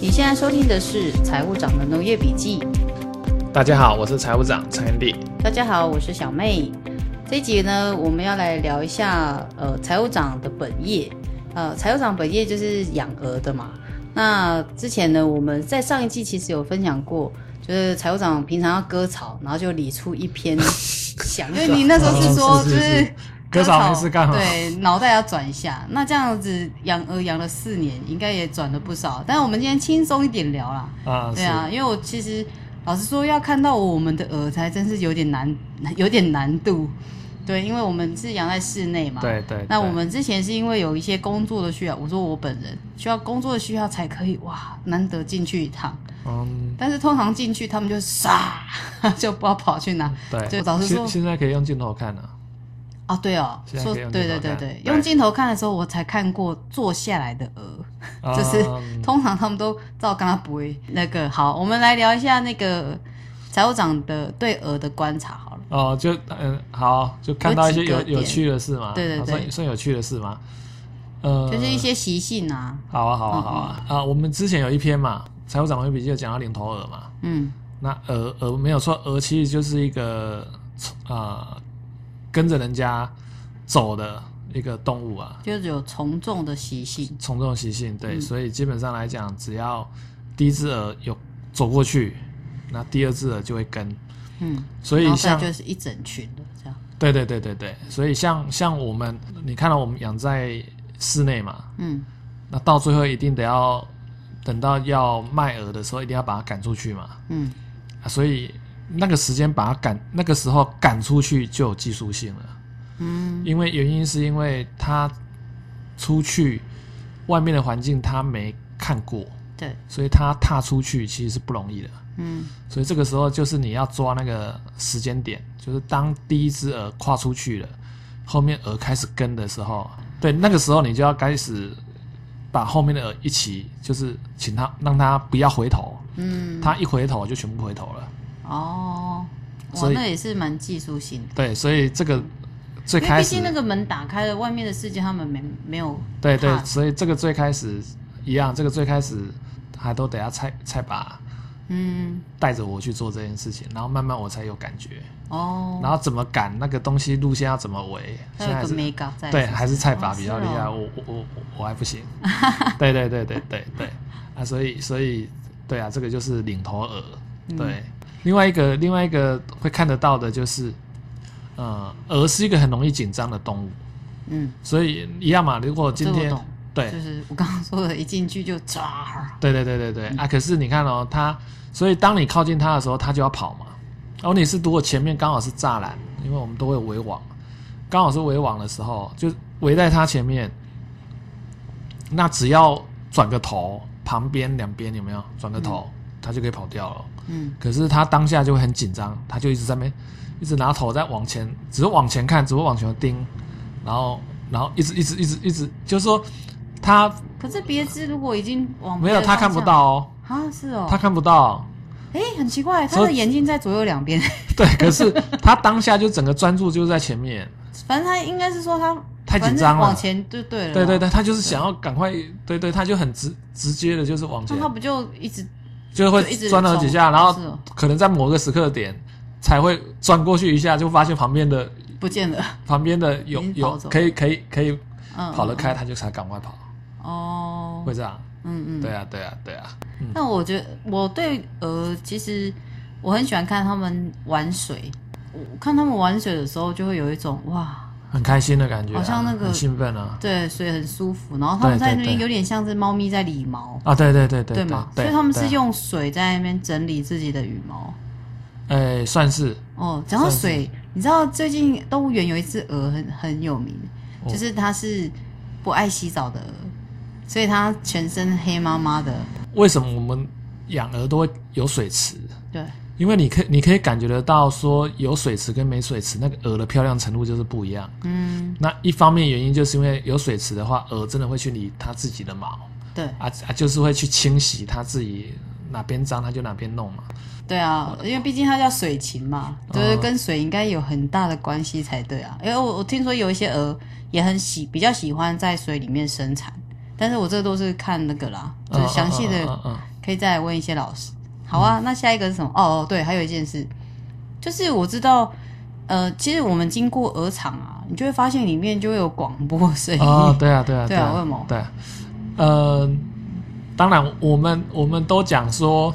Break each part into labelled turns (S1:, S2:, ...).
S1: 你现在收听的是《财务长的农业笔记》。
S2: 大家好，我是财务长陈安迪。
S1: 大家好，我是小妹。这一集呢，我们要来聊一下呃财务长的本业。呃，财务长本业就是养鹅的嘛。那之前呢，我们在上一季其实有分享过，就是财务长平常要割草，然后就理出一 篇想法。
S3: 对你那时候是说
S4: 哦
S3: 就是
S4: 是
S3: 是
S4: 割草没事干好
S3: 对，脑袋要转一下。那这样子养鹅养了四年，应该也转了不少。但我们今天轻松一点聊啦。
S4: 啊，
S3: 对啊，因为我其实老实说，要看到我们的鹅才真是有点难， 有点难度。对，因为我们是养在室内嘛。
S4: 是，。对对。
S3: 那
S4: 对
S3: 我们之前是因为有一些工作的需要，我说我本人需要工作的需要才可以哇，难得进去一趟。
S4: 嗯，
S3: 但是通常进去他们就傻， 就不知道跑去哪。
S4: 对，
S3: 就老实说
S4: 现现在可以用镜头看啊，
S3: 啊，对哦，
S4: 现在
S3: 说
S4: 可以
S3: 对
S4: 用
S3: 对
S4: 镜头
S3: 对
S4: 看
S3: 对，
S4: 对
S3: 用镜头看的时候，我才看过坐下来的鹅， 就是
S4: 嗯
S3: 通常他们都照刚刚不会那个。好，我们来聊一下那个财务长的对鹅的观察好了。
S4: 哦，就嗯好，就看到一些
S3: 有
S4: 有
S3: 几个
S4: 有
S3: 点
S4: 趣的事嘛，
S3: 对对
S4: 啊
S3: 对
S4: 算算有趣的事嘛，呃，
S3: 就是一些习性啊，
S4: 好啊好
S3: 嗯
S4: 啊好啊啊，我们之前有一篇嘛，财务长官笔记有讲到领头鹅嘛，
S3: 嗯，
S4: 那鹅鹅没有错，鹅其实就是一个呃跟着人家走的一个动物啊，
S3: 就是有从众的习性，
S4: 从众习性，对，
S3: 嗯
S4: 所以基本上来讲，只要第一只鹅有走过去，那第二只鹅就会跟。
S3: 嗯，
S4: 所
S3: 然
S4: 以
S3: 后再
S4: 像
S3: 就是一整群的这样，
S4: 对对对对对，所以像像我们，你看到我们养在室内嘛，
S3: 嗯，
S4: 那到最后一定得要等到要卖鹅的时候，一定要把它赶出去嘛。
S3: 嗯，
S4: 啊所以那个时间把它赶，那个时候赶出去就有技术性了。嗯，因为原因是因为它出去外面的环境它没看过，
S3: 对，
S4: 所以它踏出去其实是不容易的。
S3: 嗯，
S4: 所以这个时候就是你要抓那个时间点，就是当第一只鹅跨出去了，后面鹅开始跟的时候，对，那个时候你就要开始把后面的鹅一起，就是请它让它不要回头，
S3: 嗯，
S4: 它一回头就全部回头了。
S3: 哦，哇，
S4: 所以
S3: 那也是蛮技术性的。
S4: 对，所以这个最
S3: 因为
S4: 开
S3: 毕
S4: 始
S3: 竟，那个门打开了，外面的世界他们没没有
S4: 对对
S3: 怕，
S4: 所以这个最开始一样，这个最开始还都得要菜菜把
S3: 嗯，
S4: 带着我去做这件事情，然后慢慢我才有感觉，
S3: 哦，
S4: 然后怎么赶那个东西路线要怎么围，
S3: 还
S4: 现
S3: 有
S4: 在
S3: 一个
S4: 是。
S3: 美感在，
S4: 对，
S3: 是不是
S4: 还是菜法比较厉害，
S3: 哦
S4: 我我我我还 不行。对对对对对对啊，所以所以对啊，这个就是领头鹅。
S3: 嗯
S4: 对，另外一个另外一个会看得到的就是，呃，鹅是一个很容易紧张的动物，
S3: 嗯，
S4: 所以一样嘛。如果今
S3: 这
S4: 天
S3: 我懂
S4: 对
S3: 就是我刚刚说的，一进去就抓，
S4: 对对对对对、啊，可是你看哦，它所以当你靠近它的时候，它就要跑嘛。而、你是如果前面刚好是栅栏，因为我们都会有围网，刚好是围网的时候，就围在它前面。那只要转个头，旁边两边有没有转个头，它就可以跑掉了。
S3: 嗯，
S4: 可是它当下就会很紧张，它就一直在那边，一直拿头在往前，只是往前看，只会往前盯，然后然后一直一直一直一直，就是说它
S3: 可是别只如果已经往
S4: 没有它看不到哦。
S3: 啊，是哦，
S4: 他看不到，
S3: 哎，很奇怪，他
S4: 所
S3: 的
S4: 以
S3: 眼睛在左右两边，
S4: 对，可是他当下就整个专注就是在前面，
S3: 反正他应该是说他
S4: 太紧张
S3: 反正
S4: 了
S3: 往前就对了，
S4: 对对，对，他就是想要赶快，对对，他就很直直接的，就是往前
S3: 那，他不就一直
S4: 就是
S3: 就
S4: 会
S3: 一直
S4: 钻了几下，
S3: 冲
S4: 然
S3: 是哦
S4: 后可能在某个时刻点才会转过去一下，就发现旁边的
S3: 不见了，
S4: 旁边的有
S3: 已经跑
S4: 有
S3: 走了
S4: 可以可以可以
S3: 嗯，
S4: 跑得开，他就才赶快跑，
S3: 哦，
S4: 会这样，
S3: 嗯嗯，
S4: 对啊对啊对啊，
S3: 那我觉得我对鹅其实我很喜欢看他们玩水，我看他们玩水的时候就会有一种哇。
S4: 很开心的感觉啊，
S3: 好像那个
S4: 很兴奋啊，
S3: 对，所以很舒服。然后他们
S4: 对对
S3: 在那边
S4: 对
S3: 有点像是猫咪在理毛，
S4: 啊对对对对
S3: 吗？
S4: 对
S3: 所以他们
S4: 对
S3: 是
S4: 啊
S3: 用水在那边整理自己的羽毛。
S4: 哎算是
S3: 哦，讲到
S4: 算是
S3: 水，你知道最近动物园有一只鹅很很有名，
S4: 哦
S3: 就是它是不爱洗澡的鹅，所以它全身黑麻麻的。
S4: 为什么我们养鹅都会有水池？
S3: 对，
S4: 因为你可以你可以感觉得到，说有水池跟没水池，那个鹅的漂亮程度就是不一样。
S3: 嗯，
S4: 那一方面原因就是因为有水池的话，鹅真的会去理它自己的毛
S3: 对，
S4: 啊啊，就是会去清洗它自己哪边脏它就哪边弄嘛。
S3: 对啊，因为毕竟它叫水禽嘛，
S4: 哦
S3: 就是跟水应该有很大的关系才对啊。因为我我听说有一些鹅也很喜比较喜欢在水里面生产，但是我这都是看那个啦，就
S4: 嗯
S3: 是详细
S4: 嗯
S3: 的
S4: 嗯嗯
S3: 可以再来问一些老师。好啊，那下一个是什么？哦哦，对，还有一件事，就是我知道，呃，其实我们经过鹅厂啊，你就会发现里面就会有广播声
S4: 嗯
S3: 音。
S4: 哦，对啊，对啊，
S3: 对啊为什么
S4: 对啊，呃，当然，我们我们都讲说，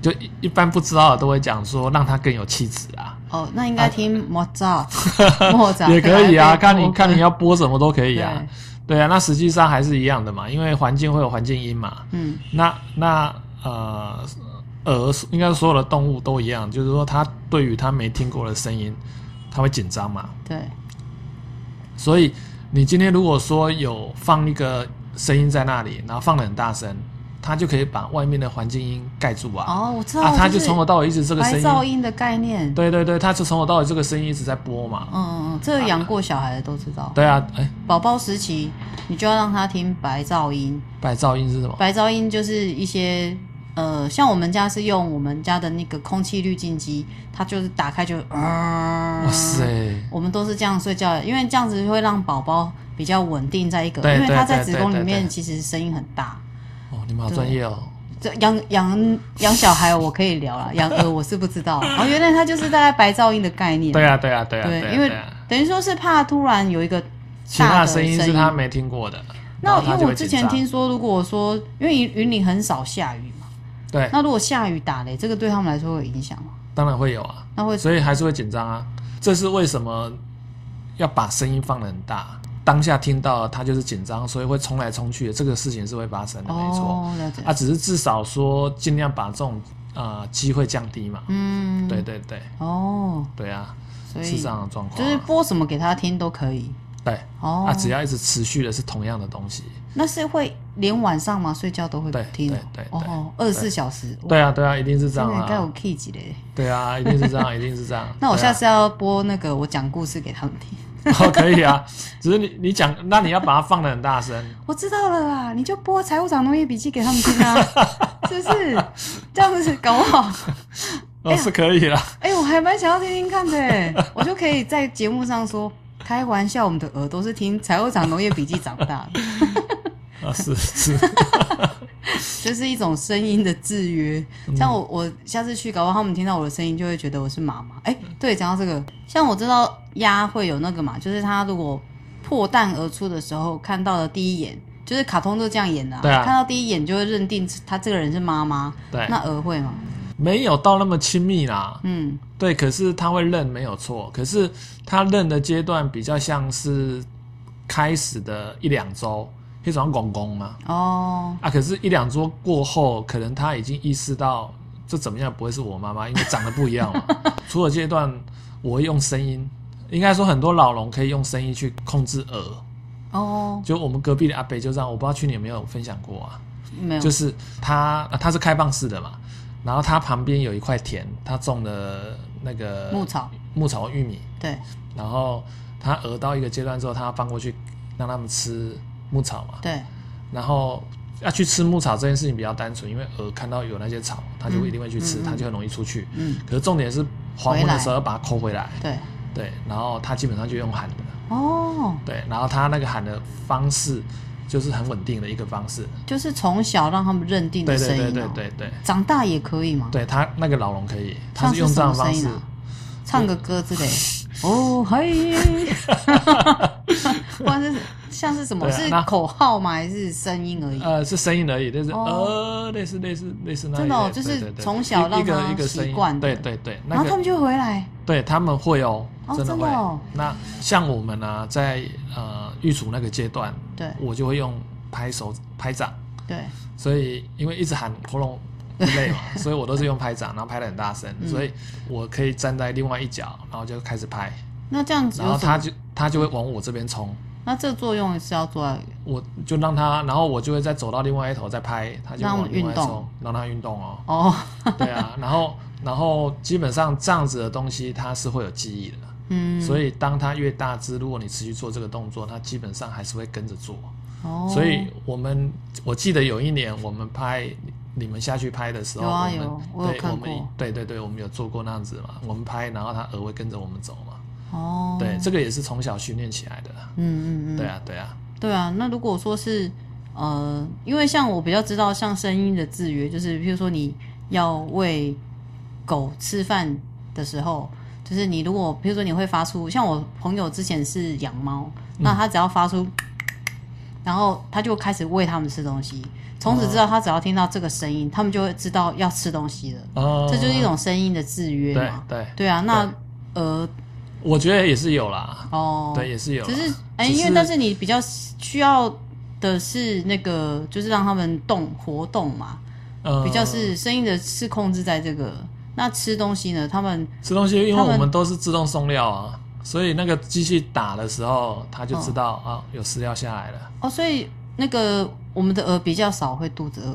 S4: 就一一般不知道的都会讲说，让它更有气质啊，
S3: 哦，那应该听莫 扎特，莫扎特
S4: 也可以啊，
S3: 还可
S4: 看你
S3: 播
S4: 看你要播什么都可以啊
S3: 对，
S4: 对啊，那实际上还是一样的嘛，因为环境会有环境音嘛，
S3: 嗯
S4: 那那呃。鹅应该所有的动物都一样，就是说，它对于它没听过的声音，它会紧张嘛。
S3: 对，
S4: 所以你今天如果说有放一个声音在那里，然后放的很大声，它就可以把外面的环境音盖住啊。
S3: 哦，我知道，
S4: 啊，它
S3: 就
S4: 就是从头到尾一直这个
S3: 白
S4: 声
S3: 噪
S4: 音。
S3: 音的概念。
S4: 对对对，它就从头到尾这个声音一直在播嘛。
S3: 嗯嗯嗯，这个养过小孩的都知道。
S4: 对啊，哎，
S3: 宝宝时期，你就要让他听白噪音。
S4: 白噪音是什么？
S3: 白噪音就是一些呃，像我们家是用我们家的那个空气滤净机，它就是打开就，哇
S4: 哇！塞！
S3: 我们都是这样睡觉的，因为这样子会让宝宝比较稳定在一个，
S4: 对
S3: 因为
S4: 对
S3: 他在
S4: 对
S3: 子
S4: 对
S3: 宫
S4: 对
S3: 里
S4: 对
S3: 面其实声音很大。
S4: 哦，你们好专业哦。
S3: 这养养养小孩我可以聊了，养鹅我是不知道。哦，原来它就是大概白噪音的概念。
S4: 对啊，对啊，对啊，
S3: 对
S4: 对啊
S3: 因为
S4: 对啊
S3: 等于说是怕突然有一个
S4: 其
S3: 大
S4: 他
S3: 的
S4: 的声音是他没听过的。然
S3: 那
S4: 后
S3: 因
S4: 它
S3: 为
S4: 就
S3: 我
S4: 会
S3: 之
S4: 紧
S3: 前
S4: 张
S3: 听说，如果说因为云云林很少下雨嘛，
S4: 对，
S3: 那如果下雨打雷，这个对他们来说会有影响吗？
S4: 当然会有啊，
S3: 那会
S4: 所以还是会紧张啊。这是为什么要把声音放得很大？当下听到他就是紧张，所以会冲来冲去的，这个事情是会发生的，没错。
S3: 哦，了解。
S4: 啊，只是至少说尽量把这种啊机会降低嘛。
S3: 嗯，
S4: 对对对
S3: 哦，
S4: 对啊，
S3: 所
S4: 是
S3: 以
S4: 这样的状况啊。
S3: 就是播什么给他听都可以。
S4: 对
S3: 哦，
S4: 啊，只要一直持续的是同样的东西。
S3: 那是会连晚上吗？睡觉都会
S4: 对
S3: 听哦
S4: 对对对
S3: 哦，二十四小时。哇
S4: 对啊对啊，一定是这
S3: 真
S4: 样
S3: 的该有
S4: 啊。
S3: key 级嘞。
S4: 对啊，一定是这样，一定是这样。
S3: 那我
S4: 对啊
S3: 下次要播那个我讲故事给他们听。
S4: 哦可以啊，只是你你讲，那你要把它放得很大声。
S3: 我知道了啦，你就播《财务长农业笔记》给他们听 啊，是不是？这样子搞不好，
S4: 哦，是可以啦。
S3: 哎、我还蛮想要听听看的欸，我就可以在节目上说，开玩笑，我们的鹅都是听《财务长农业笔记》长大 的，
S4: 啊，是是，
S3: 这是一种声音的制约。像
S4: 嗯
S3: 我，我下次去，搞不好他们听到我的声音就会觉得我是妈妈。哎、对，讲到这个，像我知道鸭会有那个嘛，就是它如果破蛋而出的时候看到的第一眼。就是卡通都这样演的、
S4: 对啊
S3: 看到第一眼就会认定他这个人是妈妈，
S4: 对，
S3: 那鹅会吗？
S4: 没有到那么亲密啦。
S3: 嗯，
S4: 对，可是他会认没有错，可是他认的阶段比较像是开始的一两周，一种公公嘛
S3: 哦，
S4: 啊，可是一两周过后，可能他已经意识到这怎么样不会是我妈妈，因为长得不一样嘛。 除了阶段，我会用声音，应该说很多老龙可以用声音去控制鹅。
S3: 哦，
S4: 就我们隔壁的阿北就这样，我不知道去年有没有分享过啊。
S3: 没有，
S4: 就是它、呃它是开放式的嘛，然后它旁边有一块田，它种了那个
S3: 牧草，
S4: 牧草玉米，
S3: 对，
S4: 然后它鹅到一个阶段之后，它放过去让它们吃牧草嘛，
S3: 对，
S4: 然后要去吃牧草这件事情比较单纯，因为鹅看到有那些草，它就
S3: 嗯
S4: 一定会去吃，
S3: 嗯嗯
S4: 它就很容易出去。
S3: 嗯，
S4: 可是重点是黄昏
S3: 回
S4: 的
S3: 来
S4: 时候要把它抠回来，
S3: 对，
S4: 对，然后它基本上就用喊的，
S3: 哦，
S4: 对，然后它那个喊的方式就是很稳定的一个方式，
S3: 就是从小让他们认定
S4: 对
S3: 的
S4: 对
S3: 声音、
S4: 对
S3: 哦，
S4: 对对对。
S3: 长大也可以嘛，
S4: 对他那个老龙可以，他
S3: 像
S4: 是用这
S3: 什
S4: 样
S3: 么
S4: 的方
S3: 声
S4: 式
S3: 音，啊？唱个歌之类，哦 嘿，或者是像是什么、
S4: 对啊
S3: 是
S4: 那
S3: 口号吗？还是声音而已？
S4: 呃，是声音而已，就是、
S3: 哦
S4: 呃，类似类似类似那一
S3: 真
S4: 类
S3: 的哦
S4: 对
S3: 就是
S4: 对对
S3: 从小让
S4: 一个
S3: 他
S4: 一个声
S3: 习
S4: 音
S3: 惯的
S4: 对对对，
S3: 然
S4: 那
S3: 后他
S4: 个
S3: 们就会回来，
S4: 对他们会哦，
S3: 哦
S4: 真的
S3: 真
S4: 会。
S3: 的哦
S4: 那像我们呢、啊在呃育雏那个阶段，
S3: 对
S4: 我就会用拍手拍掌，
S3: 对，
S4: 所以因为一直喊喉咙不累 嘛，所以我都是用拍掌，然后拍的很大声，
S3: 嗯
S4: 所以我可以站在另外一角，然后就开始拍，
S3: 那这样子
S4: 然后
S3: 有什么？
S4: 他就他就会往我这边冲。
S3: 那这作用是要做在
S4: 我就让他，然后我就会再走到另外一头再拍，他就
S3: 让
S4: 往另外一
S3: 运
S4: 头
S3: 动。
S4: 让他运动哦
S3: 哦，
S4: 对啊，然后然后基本上这样子的东西它是会有记忆的，
S3: 嗯，
S4: 所
S3: 以
S4: 以当它越大只，如果你持续做这个动作，它基本上还是会跟着做。
S3: 哦，
S4: 所以我们我记得有一年我们拍你们下去拍的时候，
S3: 有啊
S4: 我们
S3: 有我有
S4: 对
S3: 看
S4: 我们
S3: 过
S4: 对对对，我们有做过那样子嘛，我们拍，然后它鹅会跟着我们走嘛。
S3: 哦，
S4: 对，这个也是从小训练起来的。
S3: 嗯嗯嗯，
S4: 对啊，对啊，
S3: 对啊，那如果说是呃，因为像我比较知道，像声音的制约，就是譬如说你要喂狗吃饭的时候，就是你如果譬如说你会发出，像我朋友之前是养猫，
S4: 嗯
S3: 那他只要发出，然后他就开始喂它们吃东西，从此之后他只要听到这个声音，他们就会知道要吃东西了。
S4: 哦，
S3: 这就是一种声音的制约
S4: 对
S3: 嘛。
S4: 对，
S3: 对啊，那
S4: 对
S3: 呃
S4: 我觉得也是有啦，
S3: 哦，
S4: 对，也是有啦，啊
S3: 只是哎、
S4: 只
S3: 因为
S4: 是
S3: 但是你比较需要的是那个，就是让他们动活动嘛，
S4: 呃
S3: 比较是声音的是控制在这个。那吃东西呢，他们
S4: 吃东西，因为
S3: 他们
S4: 我们都是自动送料啊，所以那个机器打的时候，它就
S3: 嗯
S4: 知道、啊有饲料下来了。
S3: 哦，所以那个我们的鹅比较少会肚子饿，
S4: 哦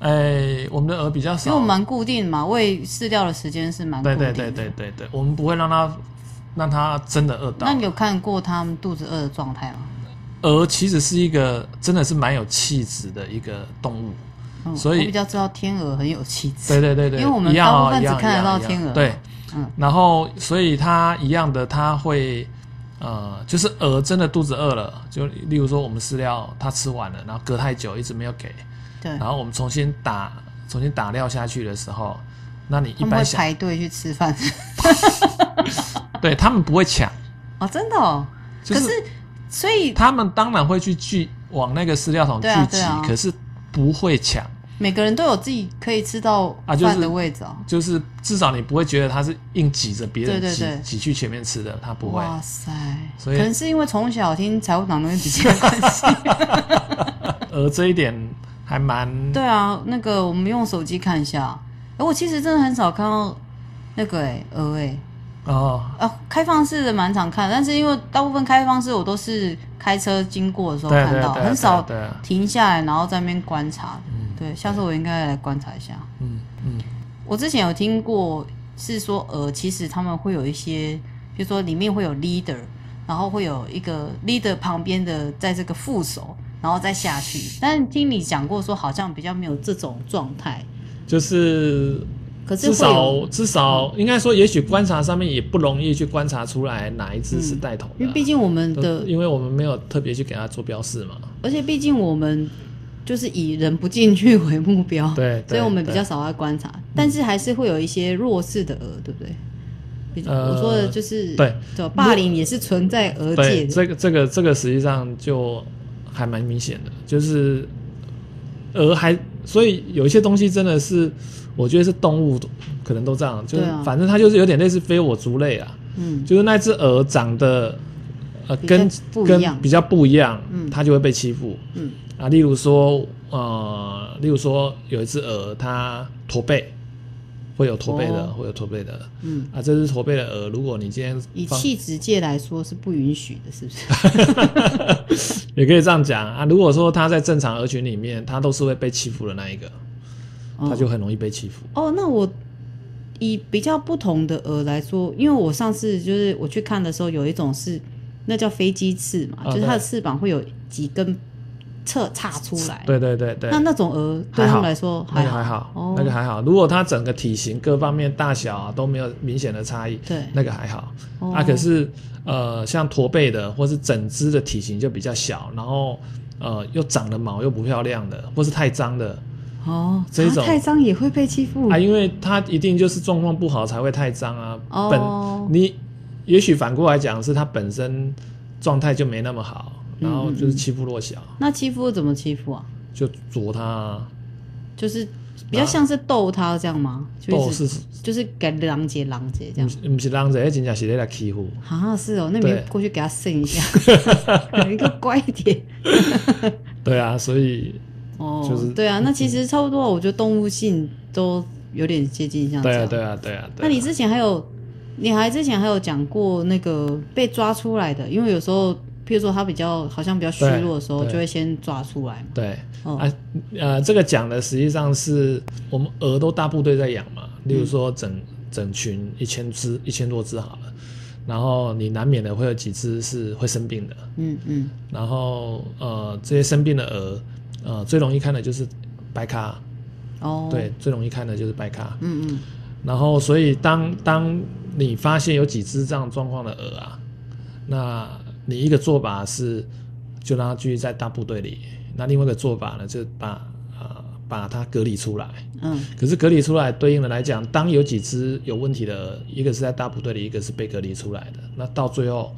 S4: 哎，我们的鹅比较
S3: 因为
S4: 少
S3: 我们，蛮固定嘛，喂饲料的时间是蛮固
S4: 对
S3: 定的。
S4: 对对对对对，我们不会让它让它真的饿到
S3: 那。你有看过他们肚子饿的状态吗？
S4: 鹅其实是一个真的是蛮有气质的一个动物，
S3: 嗯，
S4: 所以
S3: 我比较知道天鹅很有气质。
S4: 对对对对，
S3: 因为我们
S4: 一样
S3: 大
S4: 哦
S3: 部分
S4: 一样
S3: 只看得
S4: 一样
S3: 到
S4: 一样
S3: 天鹅
S4: 对，
S3: 嗯
S4: 然后所以它一样的，它会呃，就是鹅真的肚子饿了，就例如说我们饲料它吃完了，然后隔太久一直没有给，
S3: 对，
S4: 然后我们重新打重新打料下去的时候，那你一
S3: 他们
S4: 般
S3: 会
S4: 想
S3: 排队去吃 饭。
S4: 对他们不会抢，
S3: 哦，真的哦。
S4: 就是
S3: 可是，所以
S4: 他们当然会去聚往那个饲料桶聚
S3: 对啊
S4: 集，
S3: 对啊
S4: 可是不会抢，
S3: 每个人都有自己可以吃到
S4: 啊就是
S3: 饭的位置哦。
S4: 就是至少你不会觉得它是硬挤着别人
S3: 对对
S4: 挤
S3: 对
S4: 挤去前面吃的，它不会。
S3: 哇塞！
S4: 所以
S3: 可能是因为从小听财务长那边比较关 系。
S4: 鹅这一点还蛮
S3: 对啊，那个我们用手机看一下。哎，我其实真的很少看到那个哎鹅哎
S4: 哦，
S3: 啊，开放式的蛮常看，但是因为大部分开放式我都是开车经过的时候
S4: 对啊
S3: 看
S4: 对啊
S3: 到，
S4: 对啊
S3: 很少
S4: 对啊对啊
S3: 停下来然后在那边观察。对，下次我应该来观察一下。
S4: 嗯嗯，
S3: 我之前有听过是说，呃，其实他们会有一些，比如说里面会有 leader，然后会有一个 leader 旁边的在这个副手，然后再下去。但听你讲过说，好像比较没有这种状态。
S4: 就是
S3: 可是
S4: 至
S3: 会有，
S4: 少至少应该说，也许观察上面也不容易去观察出来哪一只是带头的啊、
S3: 嗯因为毕竟我哦们的
S4: 都，因为我们没有特别去给它做标示嘛。
S3: 而且毕竟我们就是以人不进去为目标，
S4: 对，
S3: 所
S4: 对
S3: 以我们比
S4: 对
S3: 较少在观察。但是还是会有一些弱势的鹅，对不对？比
S4: 呃
S3: 我说的就是
S4: 对，
S3: 就霸凌也是存在鹅界的，
S4: 对这个这个这个实际上就还蛮明显的，就是鹅还所以有一些东西真的是，我觉得是动物可能都这样，就是、
S3: 对啊
S4: 反正它就是有点类似非我族类啊。
S3: 嗯。
S4: 就是那只鹅长得呃
S3: 比较
S4: 跟
S3: 不一样
S4: 跟比较不一样，
S3: 嗯
S4: 它就会被欺负。
S3: 嗯
S4: 啊，例如说呃，例如说有一只鹅，它驼背，会有驼背的，
S3: 哦
S4: 会有驼背的。
S3: 嗯，
S4: 啊，这只驼背的鹅，如果你今天
S3: 以
S4: 放，
S3: 气质界来说是不允许的，是不是？
S4: 也可以这样讲啊。如果说它在正常鹅群里面，它都是会被欺负的那一个，它就很容易被欺负。
S3: 哦，那我以比较不同的鹅来说，因为我上次就是我去看的时候，有一种是那叫飞机翅嘛，
S4: 啊
S3: 就是它的
S4: 对
S3: 翅膀会有几根侧岔出来。
S4: 对对对对，
S3: 哎那那种鹅对
S4: 还
S3: 他
S4: 好
S3: 们来说
S4: 那
S3: 还
S4: 个
S3: 好，
S4: 还好
S3: 哦，
S4: 那个还好。如果它整个体型各方面大小啊都没有明显的差异，
S3: 对
S4: 那个还好。
S3: 哎哦
S4: 啊，可是呃，像驼背的，或是整只的体型就比较小，然后呃又长了毛又不漂亮的，或是太脏的
S3: 哦，
S4: 这种
S3: 啊太脏也会被欺负
S4: 啊，因为它一定就是状况不好才会太脏啊。
S3: 哦
S4: 本你也许反过来讲是它本身状态就没那么好，然后
S3: 嗯
S4: 就是欺负弱小，
S3: 那欺负怎么欺负啊？
S4: 就啄它啊，
S3: 就是比较像是逗它这样吗？就
S4: 斗
S3: 一直
S4: 啊是
S3: 就是给狼姐狼姐这样
S4: 不。是不是让人，那真正是在来欺负。
S3: 啊，是哦，那你
S4: 对
S3: 过去给他剩一下，有一个乖一点。
S4: 对啊，所以
S3: 哦，
S4: 就是
S3: 对啊，那其实差不多，我觉得动物性都有点接近像这
S4: 对啊，
S3: 样。
S4: 对啊，对啊。对
S3: 那你
S4: 啊
S3: 之前还有，你还之前还有讲过那个被抓出来的，因为有时候，譬如说它比较好像比较虚
S4: 对
S3: 弱的时候，
S4: 对
S3: 就会先抓出来嘛。
S4: 对
S3: 哦
S4: 啊，呃，这个讲的实际上是我们鹅都大部队在养嘛，例
S3: 嗯
S4: 如说整整群一千只、一千多只好了，然后你难免的会有几只是会生病的，
S3: 嗯嗯，
S4: 然后呃，这些生病的鹅，呃，最容易看的就是白咖，
S3: 哦，，
S4: 对，最容易看的就是白咖。
S3: 嗯嗯，
S4: 然后，所以当当你发现有几只这样状况的鹅啊，那你一个做法是就让它继续在大部队里。那另外一个做法呢，就是把呃把它隔离出来。
S3: 嗯，
S4: 可是隔离出来，对应的来讲，当有几只有问题的，一个是在大部队里，一个是被隔离出来的，那到最后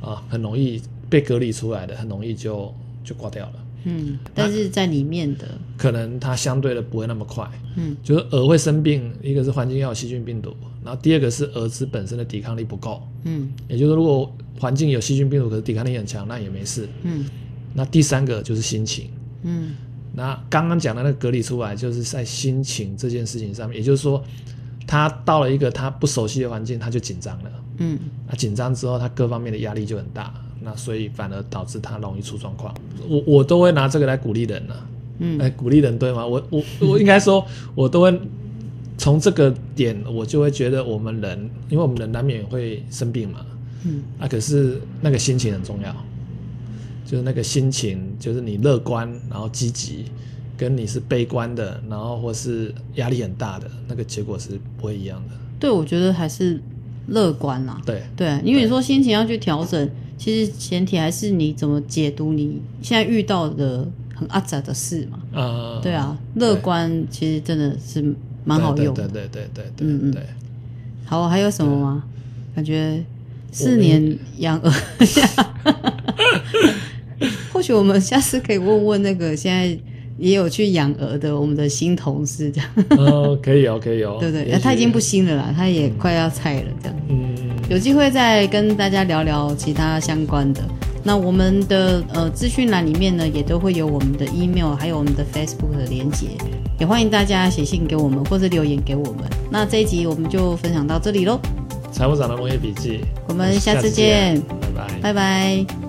S4: 啊、很容易被隔离出来的，很容易就就挂掉了。
S3: 嗯，但是在里面的，
S4: 可能它相对的不会那么快，
S3: 嗯，
S4: 就是蛾会生病，一个是环境要有细菌病毒，然后第二个是蛾子本身的抵抗力不够，
S3: 嗯
S4: 也就是说如果环境有细菌病毒，可是抵抗力很强，那也没事。
S3: 嗯
S4: 那第三个就是心情，
S3: 嗯
S4: 那刚刚讲的那个隔离出来，就是在心情这件事情上面，也就是说，他到了一个他不熟悉的环境，他就紧张了。
S3: 嗯，
S4: 那紧张之后，他各方面的压力就很大，那所以反而导致他容易出状况。我我都会拿这个来鼓励人呢、
S3: 嗯
S4: 哎、鼓励人对吗？我我我应该说，我都会从这个点，我就会觉得我们人，因为我们人难免会生病嘛，
S3: 嗯，
S4: 啊，可是那个心情很重要，就是那个心情，就是你乐观，然后积极，跟你是悲观的，然后或是压力很大的，那个结果是不会一样的。
S3: 对，我觉得还是乐观啦。
S4: 对，
S3: 对，因为你
S4: 对
S3: 说心情要去调整，其实前提还是你怎么解读你现在遇到的很阿杂的事嘛。
S4: 啊，
S3: 对啊，乐观其实真的是蛮好用
S4: 对
S3: 的。
S4: 对对对对
S3: 嗯嗯
S4: 对对，
S3: 好，还有什么吗？感觉四
S4: 我
S3: 年养鹅， 或许我们下次可以问问那个现在也有去养鹅的我们的新同事，这样
S4: 哦，可以哦，可以哦，
S3: 对不对？
S4: 也嗯
S3: 啊
S4: 许
S3: 他已经不，新了啦，他也快要菜了，这样。
S4: 嗯，
S3: 有机会再跟大家聊聊其他相关的。那我们的呃资讯栏里面呢，也都会有我们的 email，还有我们的 Facebook 的连接，也欢迎大家写信给我们或者留言给我们。那这一集我们就分享到这里喽，
S4: 财务长的农业笔记，
S3: 我们下次
S4: 见
S3: 见，，
S4: 拜拜。
S3: 拜拜。